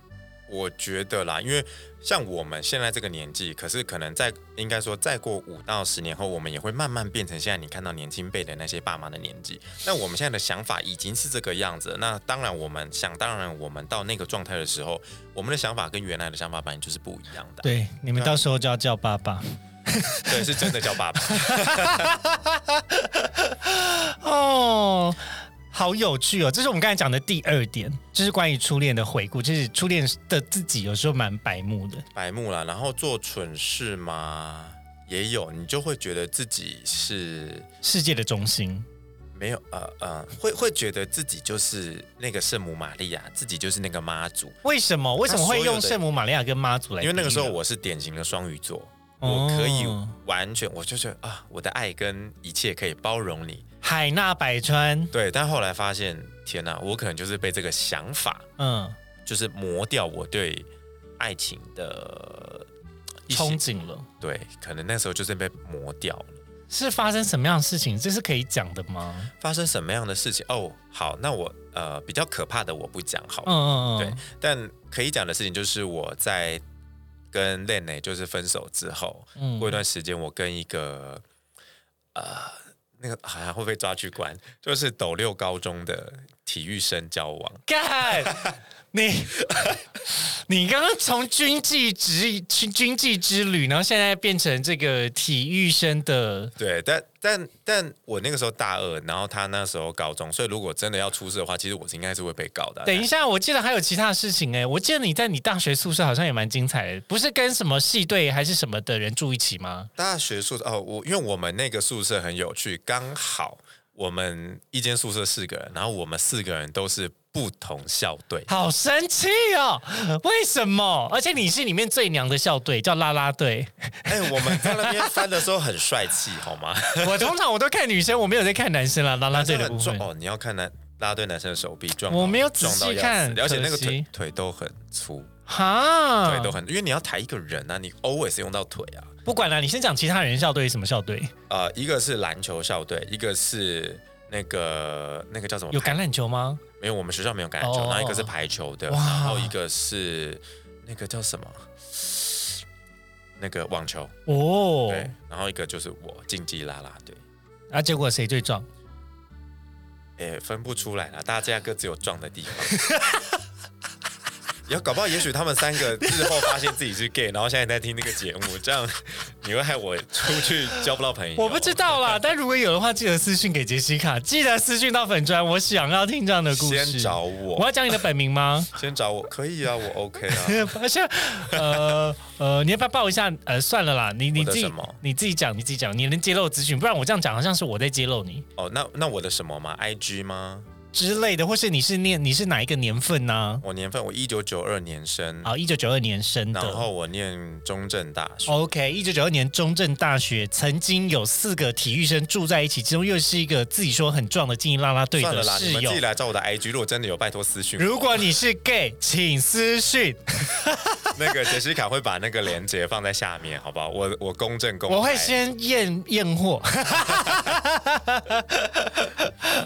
Speaker 2: 我觉得啦，因为像我们现在这个年纪，可是可能在应该说再过五到十年后，我们也会慢慢变成现在你看到年轻辈的那些爸妈的年纪。那我们现在的想法已经是这个样子了，那当然我们想当然，我们到那个状态的时候，我们的想法跟原来的想法本来就是不一样的啊。
Speaker 1: 对，你们
Speaker 2: 到
Speaker 1: 到时候就要叫爸爸
Speaker 2: 对，是真的叫爸爸。
Speaker 1: 哦。好有趣哦！这是我们刚才讲的第二点，就是关于初恋的回顾，就是初恋的自己有时候蛮白目的。
Speaker 2: 白目啦，然后做蠢事嘛也有，你就会觉得自己是
Speaker 1: 世界的中心，
Speaker 2: 没有呃呃，会会觉得自己就是那个圣母玛利亚，自己就是那个妈祖，
Speaker 1: 为什么？为什么会用圣母玛利亚跟妈祖来比
Speaker 2: 因
Speaker 1: 喻？
Speaker 2: 为那个时候我是典型的双鱼座，
Speaker 1: 哦
Speaker 2: 我可以完全，我就觉得啊，我的爱跟一切可以包容你。
Speaker 1: 海纳百川，
Speaker 2: 对，但后来发现，天哪，我可能就是被这个想法，
Speaker 1: 嗯，
Speaker 2: 就是磨掉我对爱情的一些
Speaker 1: 憧憬了。
Speaker 2: 对，可能那时候就是被磨掉了。
Speaker 1: 是发生什么样的事情？这是可以讲的吗？
Speaker 2: 发生什么样的事情？哦，好，那我呃比较可怕的我不讲好了
Speaker 1: 嗯嗯嗯，
Speaker 2: 对，但可以讲的事情就是我在跟 l e n 就是分手之后，
Speaker 1: 嗯
Speaker 2: 过一段时间我跟一个呃那个好像会被抓去关，就是斗六高中的体育生交往。
Speaker 1: 干你，你刚刚从军纪之军军纪之旅，然后现在变成这个体育生的，
Speaker 2: 对，但但但我那个时候大二，然后他那时候高中，所以如果真的要出事的话，其实我是应该是会被告的啊。
Speaker 1: 等一下，我记得还有其他的事情哎、我记得你在你大学宿舍好像也蛮精彩的，不是跟什么系队还是什么的人住一起吗？
Speaker 2: 大学宿舍哦，我因为我们那个宿舍很有趣，刚好我们一间宿舍四个人，然后我们四个人都是不同校队。
Speaker 1: 好生气哦！为什么？而且你是里面最娘的校队，叫啦啦队。
Speaker 2: 哎、我们在那边翻的时候很帅气，好吗？
Speaker 1: 我通常我都看女生，我没有在看男生啦，啦啦队的
Speaker 2: 很
Speaker 1: 部
Speaker 2: 壮
Speaker 1: 分。
Speaker 2: 哦，你要看男拉队男生的手臂壮到，
Speaker 1: 我没有仔细
Speaker 2: 壮到要
Speaker 1: 看
Speaker 2: 死而且那
Speaker 1: 可
Speaker 2: 个腿
Speaker 1: 惜
Speaker 2: 腿都很粗，
Speaker 1: 哈，
Speaker 2: 腿都很，因为你要抬一个人啊，你 always 用到腿啊。
Speaker 1: 不管了，你先讲其他人校队什么校队？
Speaker 2: 呃，一个是篮球校队，一个是那个那个叫什么？
Speaker 1: 有橄榄球吗？
Speaker 2: 没有，我们学校没有橄榄球，
Speaker 1: 哦
Speaker 2: 然后一个是排球的，
Speaker 1: 哇
Speaker 2: 然后一个是那个叫什么？那个网球，
Speaker 1: 哦，
Speaker 2: 对，然后一个就是我竞技啦啦队，
Speaker 1: 啊，结果谁最壮？
Speaker 2: 诶，分不出来了，大家各自有撞的地方。 也搞不好，也许他们三个日后发现自己是 gay，然后现在在听那个节目，这样你会害我出去交不到朋友。
Speaker 1: 我不知道啦，但如果有的话，记得私讯给杰西卡，记得私讯到粉砖，我想要听这样的故事。
Speaker 2: 先找
Speaker 1: 我
Speaker 2: 我，
Speaker 1: 要讲你的本名 吗？
Speaker 2: 先找我，可以啊，我 OK 啊。
Speaker 1: 好像呃呃，你要不要报一下？呃，算了啦，你你
Speaker 2: 我的
Speaker 1: 自己
Speaker 2: 什么
Speaker 1: 你自己讲，你自己讲，你能揭露资讯，不然我这样讲好像是我在揭露你
Speaker 2: 哦，那那我的什么吗？IG 吗？
Speaker 1: 之类的，或是你是念你是哪一个年份呢、
Speaker 2: 我年份我一九九二年生，
Speaker 1: 啊？一九九二年生的，哦
Speaker 2: 然后我念中正大学，
Speaker 1: OK，一九九二年中正大学曾经有四个体育生住在一起，其中又是一个自己说很壮的精英啦啦队
Speaker 2: 算
Speaker 1: 的
Speaker 2: 了啦，你
Speaker 1: 室
Speaker 2: 们自
Speaker 1: 友
Speaker 2: 己。来找我的 IG，如果真的有，拜托私讯我。
Speaker 1: 如果你是 gay，请私讯，
Speaker 2: 那个杰西卡会把那个链接放在下面，好不好？我我公正公开，
Speaker 1: 我会先验验货。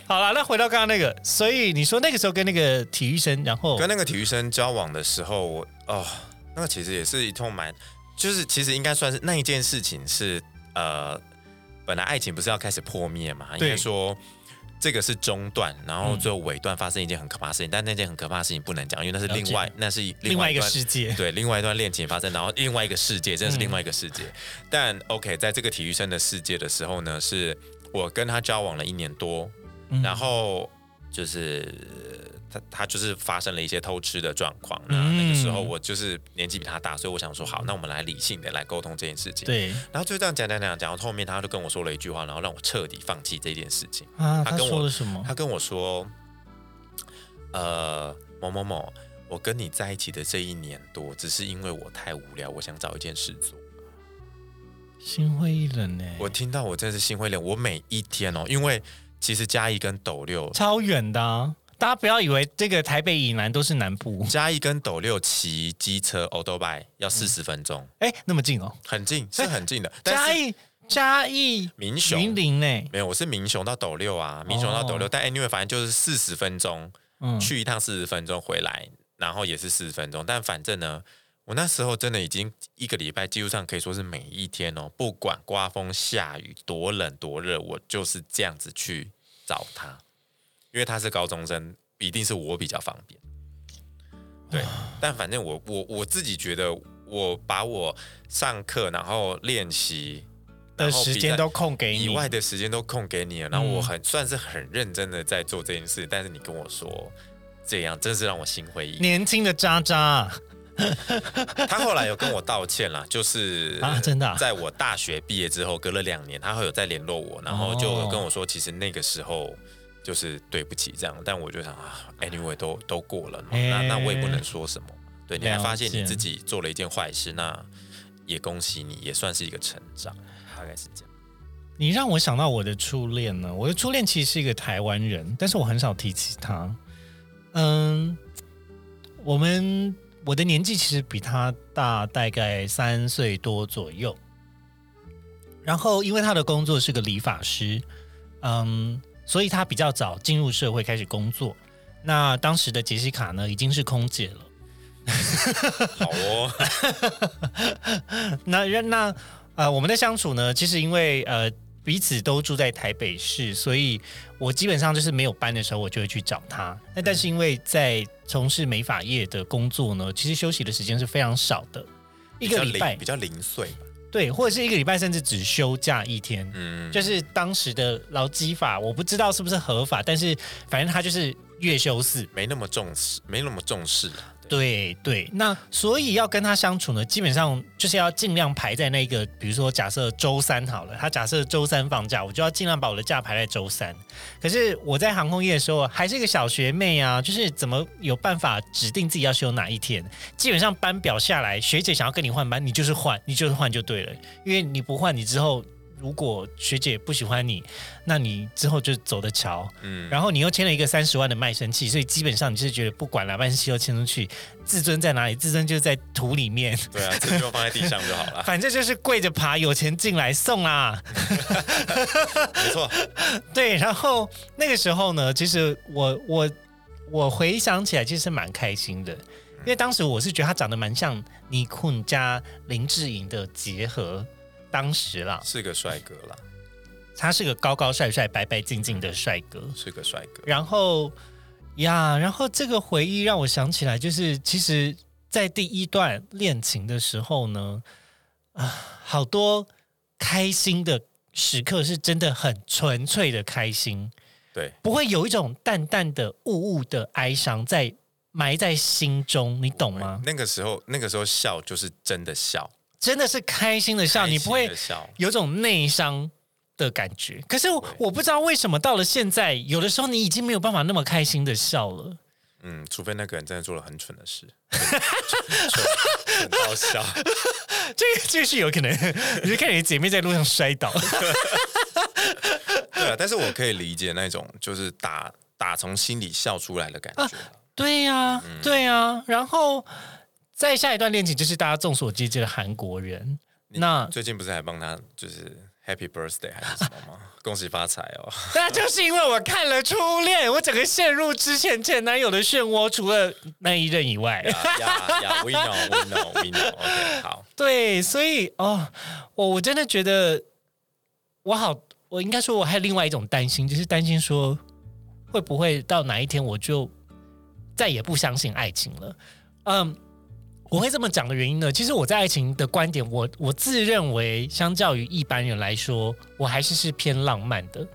Speaker 1: 好了，那回到刚刚那个，所以你说那个时候跟那个体育生，然后
Speaker 2: 跟那个体育生交往的时候，我哦，那个其实也是一通蛮，就是其实应该算是那一件事情是呃，本来爱情不是要开始破灭嘛，应
Speaker 1: 对
Speaker 2: 该说。这个是中段，然后最后尾段发生一件很可怕的事情，但那件很可怕的事情不能讲，因为那是
Speaker 1: 了解
Speaker 2: 另外，那是
Speaker 1: 另外一个
Speaker 2: 段
Speaker 1: 世 界，
Speaker 2: 对，另外一段恋情发生，然后另外一个世界，真的是另外一个世界。但 OK，在这个体育生的世界的时候呢，是我跟他交往了一年多，
Speaker 1: 嗯
Speaker 2: 然后就是呃他他就是发生了一些偷吃的状况。那那个时候
Speaker 1: 嗯
Speaker 2: 我就是年纪比他大，所以我想说，好，那我们来理性的来沟通这件事情。
Speaker 1: 对
Speaker 2: 然后就这样讲讲讲讲到后面，他就跟我说了一句话，然后让我彻底放弃这件事情。
Speaker 1: 啊，
Speaker 2: 他
Speaker 1: 他
Speaker 2: 跟我
Speaker 1: 说了什么？
Speaker 2: 他跟我说，呃，某某某，我跟你在一起的这一年多，只是因为我太无聊，我想找一件事做。
Speaker 1: 心灰意冷欸呢、
Speaker 2: 我听到我真的是心灰意冷，我每一天哦，因为其实嘉义跟斗六，
Speaker 1: 超远的、啊，大家不要以为这个台北以南都是南部，
Speaker 2: 嘉义跟斗六骑机车 o d o b i 要四十分钟，
Speaker 1: 哎、那么近哦。
Speaker 2: 很近，是很近的。但
Speaker 1: 嘉
Speaker 2: 是
Speaker 1: 义嘉义
Speaker 2: 民
Speaker 1: 云
Speaker 2: 雄
Speaker 1: 林呢？
Speaker 2: 没有，我是民雄到斗六啊，民雄到斗六，
Speaker 1: 哦
Speaker 2: 但 anyway 反正就是四十分钟，
Speaker 1: 嗯，
Speaker 2: 去一趟四十分钟，回来然后也是四十分钟，但反正呢，我那时候真的已经一个礼拜，几乎上可以说是每一天哦，不管刮风下雨多冷多热，我就是这样子去找他，因为他是高中生，一定是我比较方便。对，但反正我我我自己觉得，我把我上课然后练习
Speaker 1: 的
Speaker 2: 然后
Speaker 1: 时
Speaker 2: 比
Speaker 1: 间
Speaker 2: 在
Speaker 1: 都空给你，
Speaker 2: 以外的时间都空给你了，然后
Speaker 1: 嗯
Speaker 2: 我很算是很认真的在做这件事，但是你跟我说这样，真是让我心灰意冷。
Speaker 1: 年轻的渣啊渣，
Speaker 2: 他后来有跟我道歉啦，就是
Speaker 1: 啊真的啊
Speaker 2: 在我大学毕业之后，隔了两年，他会有再联络我，然后就有跟
Speaker 1: 哦
Speaker 2: 我说，其实那个时候就是对不起这样，但我就想啊，anyway 都都过了嘛，
Speaker 1: 哎
Speaker 2: 那那我也不能说什么。对，你还
Speaker 1: 了
Speaker 2: 发现
Speaker 1: 解
Speaker 2: 你自己做了一件坏事，那也恭喜你，也算是一个成长，大概是这样。
Speaker 1: 你让我想到我的初恋呢。我的初恋其实是一个台湾人，但是我很少提起他。嗯，我们我的年纪其实比他大大概三岁多左右。然后，因为他的工作是个理发师，嗯，所以他比较早进入社会开始工作。那当时的杰西卡呢，已经是空姐了。
Speaker 2: 好哦，
Speaker 1: 那那呃，我们的相处呢，其实因为呃彼此都住在台北市，所以我基本上就是没有班的时候，我就会去找他。那但是因为在从事美发业的工作呢，其实休息的时间是非常少的， 一个礼拜
Speaker 2: 嗯比较零比较零碎吧，
Speaker 1: 对，或者是一个礼拜甚至只休假一天。
Speaker 2: 嗯，
Speaker 1: 就是当时的劳基法，我不知道是不是合法，但是反正他就是月休四，
Speaker 2: 没那么重视，没那么重视啊。对
Speaker 1: 对对，那所以要跟他相处呢，基本上就是要尽量排在那个，比如说假设周三好了，他假设周三放假，我就要尽量把我的假排在周三。可是我在航空业的时候还是一个小学妹啊，就是怎么有办法指定自己要休哪一天？基本上班表下来，学姐想要跟你换班，你就是换，你就是换就对了，因为你不换，你之后如果学姐不喜欢你，那你之后就走的桥。
Speaker 2: 嗯，
Speaker 1: 然后你又签了一个三十万的卖身契，所以基本上你是觉得不管了，卖身契都签出去，自尊在哪里？自尊就是在土里面，
Speaker 2: 对 啊，这就放在地上就好 了，
Speaker 1: 反正就是跪着爬，有钱进来送啦。
Speaker 2: 没错。
Speaker 1: 对，然后那个时候呢，其实我我我回想起来，其实蛮开心的，因为当时我是觉得他长得蛮像尼坤加林志颖的结合，当时啦，
Speaker 2: 是个帅哥啦，
Speaker 1: 他是个高高帅帅、白白净净的帅哥，
Speaker 2: 是个帅哥。
Speaker 1: 然后呀，然后这个回忆让我想起来，就是其实，在第一段恋情的时候呢，啊，好多开心的时刻是真的很纯粹的开心，
Speaker 2: 对，
Speaker 1: 不会有一种淡淡的、雾雾的哀伤在埋在心中，你懂吗？
Speaker 2: 那个时候，那个时候笑就是真的笑，
Speaker 1: 真的是开心的笑，
Speaker 2: 开心
Speaker 1: 你不会
Speaker 2: 的笑。
Speaker 1: 有种内伤的感觉。可是我我不知道为什么到了现在，有的时候你已经没有办法那么开心的笑了。
Speaker 2: 嗯，除非那个人真的做了很蠢的事，蠢蠢蠢到笑。
Speaker 1: 这个这个是有可能， 你就看你的姐妹在路上摔倒，
Speaker 2: 对啊，但是我可以理解那种就是打打从心里笑出来的感觉。
Speaker 1: 对呀、对呀、然后再下一段恋情就是大家众所皆知的韩国人，
Speaker 2: 你
Speaker 1: 那
Speaker 2: 最近不是还帮他就是 Happy Birthday 还是什么 吗？恭喜发财哦！
Speaker 1: 那就是因为我看了初恋，我整个陷入之前前男友的漩涡，除了那一任以外，
Speaker 2: 呀呀呀，We know, We know, We know。OK，好，
Speaker 1: 对，所以哦，我我真的觉得我好，我应该说我还有另外一种担心，就是担心说会不会到哪一天我就再也不相信爱情了。嗯，我会这么讲的原因呢，其实我在爱情的观点，我我自认为相较于一般人来说，我还是是偏浪漫的。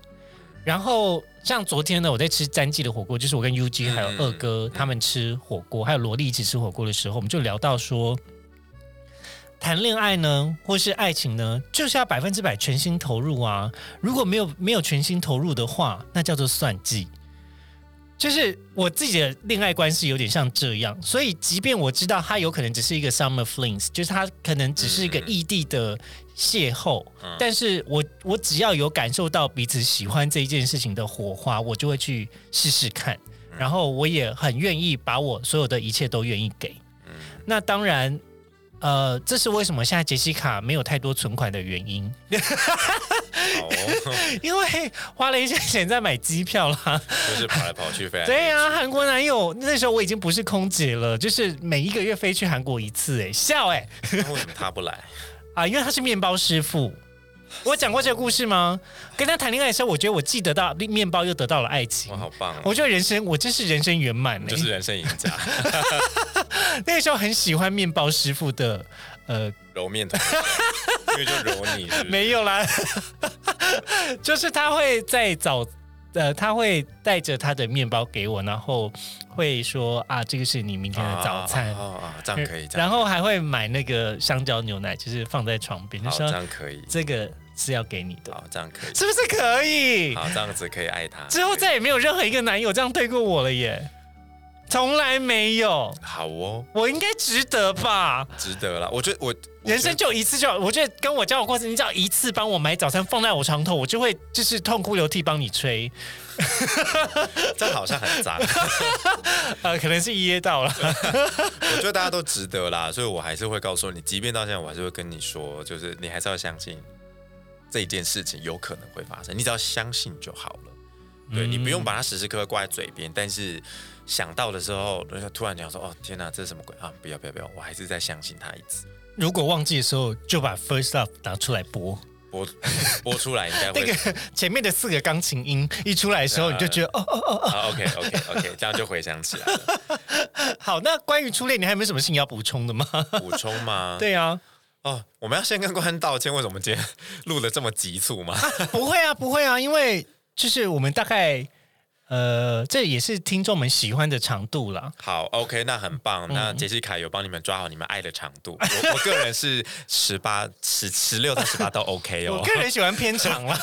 Speaker 1: 然后像昨天呢，我在吃詹记的火锅，就是我跟 UG 还有二哥他们吃火锅，还有萝莉一起吃火锅的时候，我们就聊到说，谈恋爱呢，或是爱情呢，就是要百分之百全心投入啊。如果没有没有全心投入的话，那叫做算计。就是我自己的恋爱关系有点像这样，所以即便我知道他有可能只是一个 summer flings，就是他可能只是一个异地的邂逅，但是我我只要有感受到彼此喜欢这一件事情的火花，我就会去试试看，然后我也很愿意把我所有的一切都愿意给。那当然，呃，这是为什么现在杰西卡没有太多存款的原因，
Speaker 2: 好哦，
Speaker 1: 因为花了一些钱在买机票啦。
Speaker 2: 就是跑来跑去，非常
Speaker 1: 对呀、啊，韩国男友那时候我已经不是空姐了，就是每一个月飞去韩国一次、哎，笑哎、
Speaker 2: 那为什么他不来？
Speaker 1: 啊，因为他是面包师傅。我讲过这个故事吗？跟他谈恋爱的时候，我觉得我既得到面包，又得到了爱情
Speaker 2: 哇，。好棒哦！
Speaker 1: 我觉得人生，我真是人生圆满、哎。
Speaker 2: 就是人生赢家，
Speaker 1: 那个时候很喜欢面包师傅的，呃，
Speaker 2: 揉面团，为就揉你是不是
Speaker 1: 没有啦，就是他会在早，呃，他会带着他的面包给我，然后会说啊，这个是你明天的早餐，
Speaker 2: 啊啊啊啊这样可以，这
Speaker 1: 然
Speaker 2: 样
Speaker 1: 后还会买那个香蕉牛奶，就是放在床边，就
Speaker 2: 好，这
Speaker 1: 说
Speaker 2: 样可以，
Speaker 1: 这个是要给你的，
Speaker 2: 好，这样可以，
Speaker 1: 是不是可以？
Speaker 2: 好，这样子可以爱他。
Speaker 1: 之后再也没有任何一个男友这样对过我了耶，从来没有，
Speaker 2: 好哦，
Speaker 1: 我应该值得吧？
Speaker 2: 值得了。我觉得我我
Speaker 1: 人生就一次就好，我觉得跟我交往过程，你只要一次帮我买早餐放在我床头，我就会就是痛哭流涕帮你吹，
Speaker 2: 觉得这好像很杂，
Speaker 1: 呃，可能是噎到了，
Speaker 2: 我觉得大家都值得啦，所以我还是会告诉你，即便到现在，我还是会跟你说，就是你还是要相信这一件事情有可能会发生，你只要相信就好了。对你
Speaker 1: 嗯
Speaker 2: 不用把它时时刻刻挂在嘴边，但是想到的时候，然后突然讲说：“哦，天哪，这是什么鬼啊！”不要不要不要，我还是再相信他一次。
Speaker 1: 如果忘记的时候，就把 First Love 拿出来播，
Speaker 2: 播 播出来应该
Speaker 1: 那
Speaker 2: 会、
Speaker 1: 个前面的四个钢琴音一出来的时候，
Speaker 2: 对啊
Speaker 1: 你就 觉得哦哦哦，
Speaker 2: 啊，OK OK OK，这样就回想起来了。
Speaker 1: 好。那关于初恋，你还有没有什么事情要补充的吗？
Speaker 2: 补充吗？
Speaker 1: 对啊，
Speaker 2: 哦，我们要先跟关道歉，为什么今天录的这么急促吗？
Speaker 1: 不会啊，不会啊，因为就是我们大概呃，这也是听众们喜欢的长度啦。
Speaker 2: 好，OK，那很棒。
Speaker 1: 嗯
Speaker 2: 那杰西卡有帮你们抓好你们爱的长度。我我个人是十八、十十六到十八都 OK
Speaker 1: 我
Speaker 2: 哦。
Speaker 1: 个人喜欢偏长啦。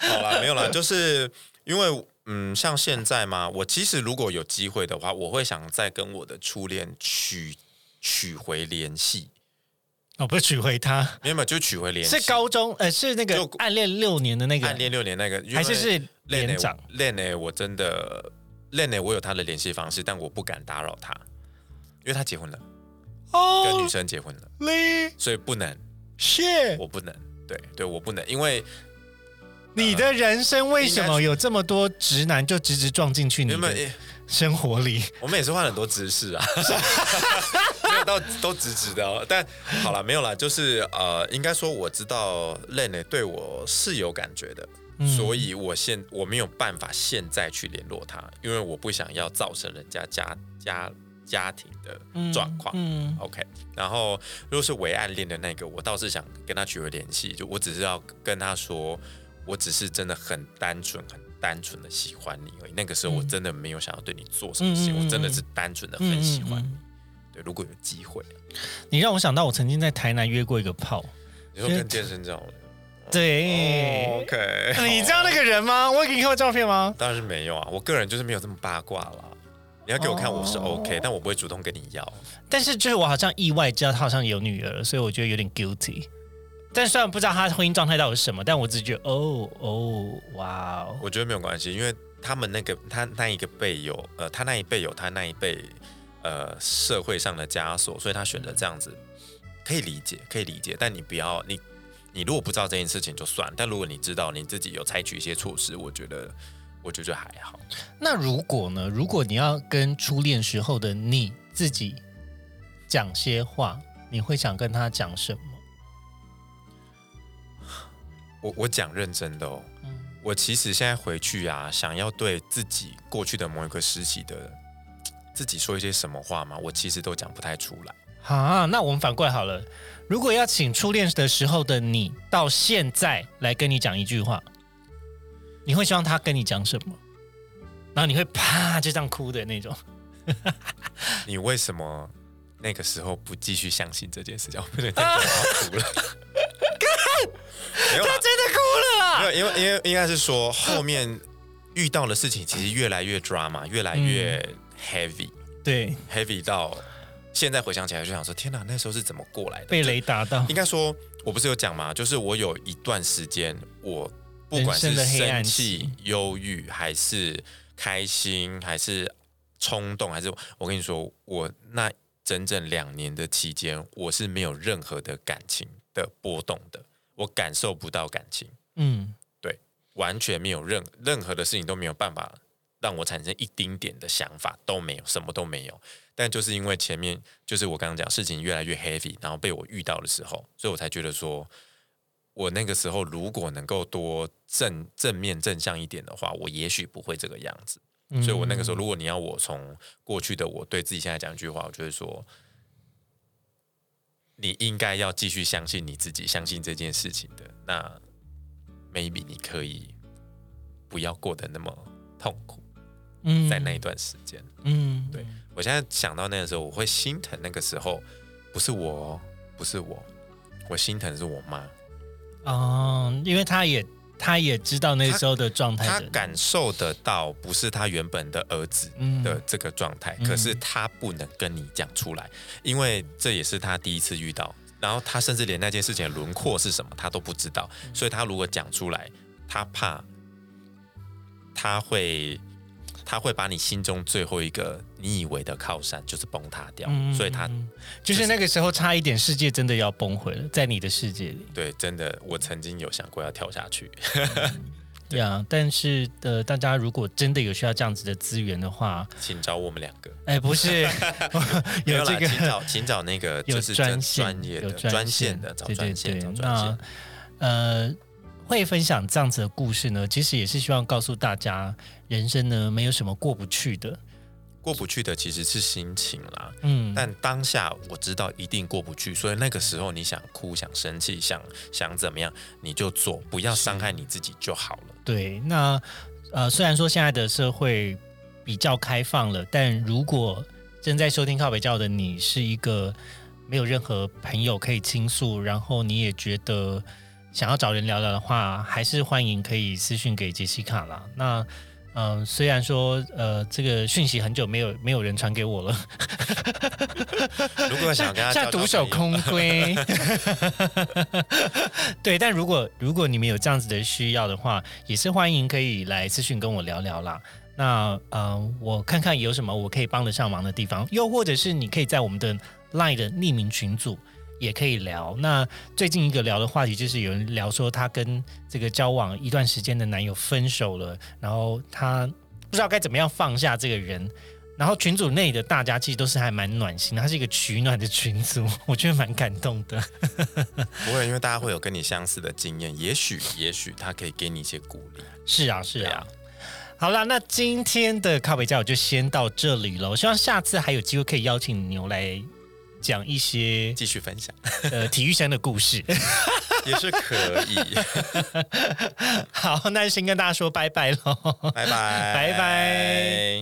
Speaker 2: 好啦，没有啦，就是因为嗯，像现在嘛，我其实如果有机会的话，我会想再跟我的初恋取取回联系，
Speaker 1: 哦，不是取回他，
Speaker 2: 没有没有，就取回联 系。
Speaker 1: 是高中，呃，是那个
Speaker 2: 就
Speaker 1: 暗恋六年的那个
Speaker 2: 暗，恋六年那个，因为
Speaker 1: 还是是连
Speaker 2: Lene
Speaker 1: 长？
Speaker 2: Lene，我真的 Lene，我有他的联系方式，但我不敢打扰他，因为他结婚了，跟女
Speaker 1: 哦
Speaker 2: 生结婚了，
Speaker 1: ，Lee
Speaker 2: 所以不能，
Speaker 1: shit，
Speaker 2: 我呃不能，对对，我不能，因为
Speaker 1: 你的人生为什么有这么多直男就直直撞进去你
Speaker 2: 原本
Speaker 1: 的生活 里？
Speaker 2: 我们也是换了很多姿势啊， 没有到都直直的哦。但好了，没有啦，就是呃，应该说我知道 Lene 对我是有感觉的，
Speaker 1: 嗯
Speaker 2: 所以我现我没有办法现在去联络他，因为我不想要造成人家家家家庭的状况。
Speaker 1: 嗯，
Speaker 2: OK，然后如果是伪暗恋的那个，我倒是想跟他取回联系，就我只是要跟他说，我只是真的很单纯、很单纯的喜欢你而已。那个时候我真的没有想要对你做什么事
Speaker 1: 嗯
Speaker 2: 情，
Speaker 1: 嗯嗯嗯
Speaker 2: 我真的是单纯的很喜欢你。
Speaker 1: 嗯
Speaker 2: 对，如果有机会，
Speaker 1: 你让我想到我曾经在台南约过一个炮，
Speaker 2: 你说跟健身教练、
Speaker 1: 对哎
Speaker 2: 哦、，，OK，哦
Speaker 1: 你知道那个人吗？我有给你看过照片吗？
Speaker 2: 当然是没有啊，我个人就是没有这么八卦啦。你要给我看，我
Speaker 1: 哦
Speaker 2: 是 OK，、但我不会主动跟你要。
Speaker 1: 但是就是我好像意外知道他好像有女儿，所以我觉得有点 guilty。但虽然不知道他婚姻状态到底是什么，但我只觉得哦哦哇哦，
Speaker 2: 我觉得没有关系，因为他们那个他那一个辈有呃，他那一辈有他那一辈呃社会上的枷锁，所以他选择这样子可以理解，可以理解。但你不要你你如果不知道这件事情就算，但如果你知道你自己有采取一些措施，我觉得我觉得还好。
Speaker 1: 那如果呢？如果你要跟初恋时候的你自己讲些话，你会想跟他讲什么？
Speaker 2: 我我讲认真的哦，我其实现在回去啊，想要对自己过去的某一个时期的自己说一些什么话嘛，我其实都讲不太出来。
Speaker 1: 啊，那我们反过来好了。如果要请初恋的时候的你到现在来跟你讲一句话，你会希望他跟你讲什么？然后你会啪就这样哭的那种。
Speaker 2: 你为什么那个时候不继续相信这件事 情？我不能再
Speaker 1: 啊
Speaker 2: 讲他哭了。 没有啦，
Speaker 1: 真的哭了啊
Speaker 2: 没有，因为因为应该是说后面遇到的事情其实越来越 drama，越来越
Speaker 1: 嗯
Speaker 2: heavy，heavy、
Speaker 1: 对，
Speaker 2: heavy 到现在回想起来就想说，天哪，那时候是怎么过来的？
Speaker 1: 被
Speaker 2: 就
Speaker 1: 雷打到。
Speaker 2: 应该说，我不是有讲嘛，就是我有一段时间，我不管
Speaker 1: 人
Speaker 2: 是
Speaker 1: 生的黑暗
Speaker 2: 生
Speaker 1: 期
Speaker 2: 气、忧郁，还是开心，还是冲动，还是我跟你说，我那整整两年的期间，我是没有任何的感情的波动的，我感受不到感情，
Speaker 1: 嗯，
Speaker 2: 对，完全没有任任何的事情都没有办法让我产生一丁点的想法，都没有，什么都没有。但就是因为前面就是我刚刚讲事情越来越 heavy，然后被我遇到的时候，所以我才觉得说，我那个时候如果能够多正正面正向一点的话，我也许不会这个样子。
Speaker 1: 嗯
Speaker 2: 所以我那个时候，如果你要我从过去的我对自己现在讲一句话，我就会说，你应该要继续相信你自己，相信这件事情的。那 maybe 你可以不要过得那么痛苦，
Speaker 1: 嗯
Speaker 2: 在那一段时间。
Speaker 1: 嗯
Speaker 2: 对我现在想到那个时候，我会心疼那个时候，不是我哦，不是我，我心疼是我妈，
Speaker 1: 哦，因为他也他也知道那时候的状态
Speaker 2: 她
Speaker 1: 的，
Speaker 2: 感受得到，不是她原本的儿子
Speaker 1: 嗯
Speaker 2: 的这个状态，可是她不能跟你讲出来，因为这也是她第一次遇到，然后她甚至连那件事情的轮廓是什么她都不知道，
Speaker 1: 嗯
Speaker 2: 所以她如果讲出来，她怕，她会。她会把你心中最后一个你以为的靠山，就是崩塌掉，
Speaker 1: 嗯
Speaker 2: 所以她
Speaker 1: 就是那个时候差一点，世界真的要崩溃了，在你的世界里，
Speaker 2: 对，真的，我曾经有想过要跳下去。
Speaker 1: 对啊。但是呃，大家如果真的有需要这样子的资源的话，
Speaker 2: 请找我们两个，
Speaker 1: 哎，不 是
Speaker 2: 没
Speaker 1: 有
Speaker 2: 啦
Speaker 1: 这个
Speaker 2: 请找请找那个
Speaker 1: 有
Speaker 2: 就是
Speaker 1: 专线，
Speaker 2: 专业
Speaker 1: 有
Speaker 2: 的专线
Speaker 1: 线
Speaker 2: 的，找
Speaker 1: 对对
Speaker 2: 专线，
Speaker 1: 对
Speaker 2: 找。专
Speaker 1: 那
Speaker 2: 线。
Speaker 1: 呃，会分享这样子的故事呢，其实也是希望告诉大家，人生呢没有什么过不去的。
Speaker 2: 过不去的其实是心情啦，
Speaker 1: 嗯，
Speaker 2: 但当下我知道一定过不去，所以那个时候你想哭、想生气、想想怎么样，你就做，不要伤害你自己就好了。
Speaker 1: 对，那呃，虽然说现在的社会比较开放了，但如果正在收听靠北教的你是一个没有任何朋友可以倾诉，然后你也觉得想要找人聊聊的话，还是欢迎可以私讯给杰西卡啦。那嗯、呃虽然说呃，这个讯息很久没有没有人传给我了，
Speaker 2: 如果想跟他交
Speaker 1: 像
Speaker 2: 交
Speaker 1: 独守
Speaker 2: 朋友，
Speaker 1: 空 闺。 对，但如果如果你们有这样子的需要的话，也是欢迎可以来私讯跟我聊聊啦。那呃，我看看有什么我可以帮得上忙的地方，又或者是你可以在我们的 LINE 的匿名群组也可以聊。那最近一个聊的话题就是有人聊说她跟这个交往一段时间的男友分手了，然后她不知道该怎么样放下这个人。然后群组内的大家其实都是还蛮暖心的，它是一个取暖的群组， 我觉得蛮感动的。
Speaker 2: 不会，因为大家会有跟你相似的经验，也许也许他可以给你一些鼓励。
Speaker 1: 是啊，是
Speaker 2: 对
Speaker 1: 啊
Speaker 2: 啊。
Speaker 1: 好啦，那今天的靠北家我就先到这里了。我希望下次还有机会可以邀请牛来讲一些
Speaker 2: 继续 分享
Speaker 1: 呃体育生的故 事。
Speaker 2: 也是可以，
Speaker 1: 好，那先跟大家说拜拜喽。
Speaker 2: 拜拜
Speaker 1: 拜拜。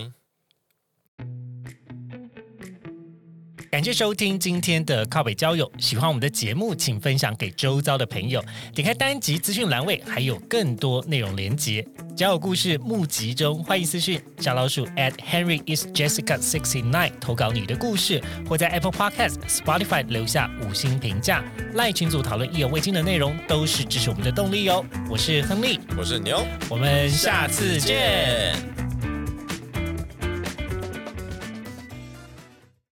Speaker 1: 感谢收听今天的靠北交友，喜欢我们的节目，请分享给周遭的朋友。点开单集资讯栏位，还有更多内容连接。交友故事募集中，欢迎私讯小老鼠 at Henry is Jessica sixty nine 投稿你的故事，或在 Apple Podcast、Spotify 留下五星评价。赖群组讨论意犹未尽的内容，都是支持我们的动力哦。我是亨利，
Speaker 2: 我是牛，
Speaker 1: 我们下次见。
Speaker 2: 见。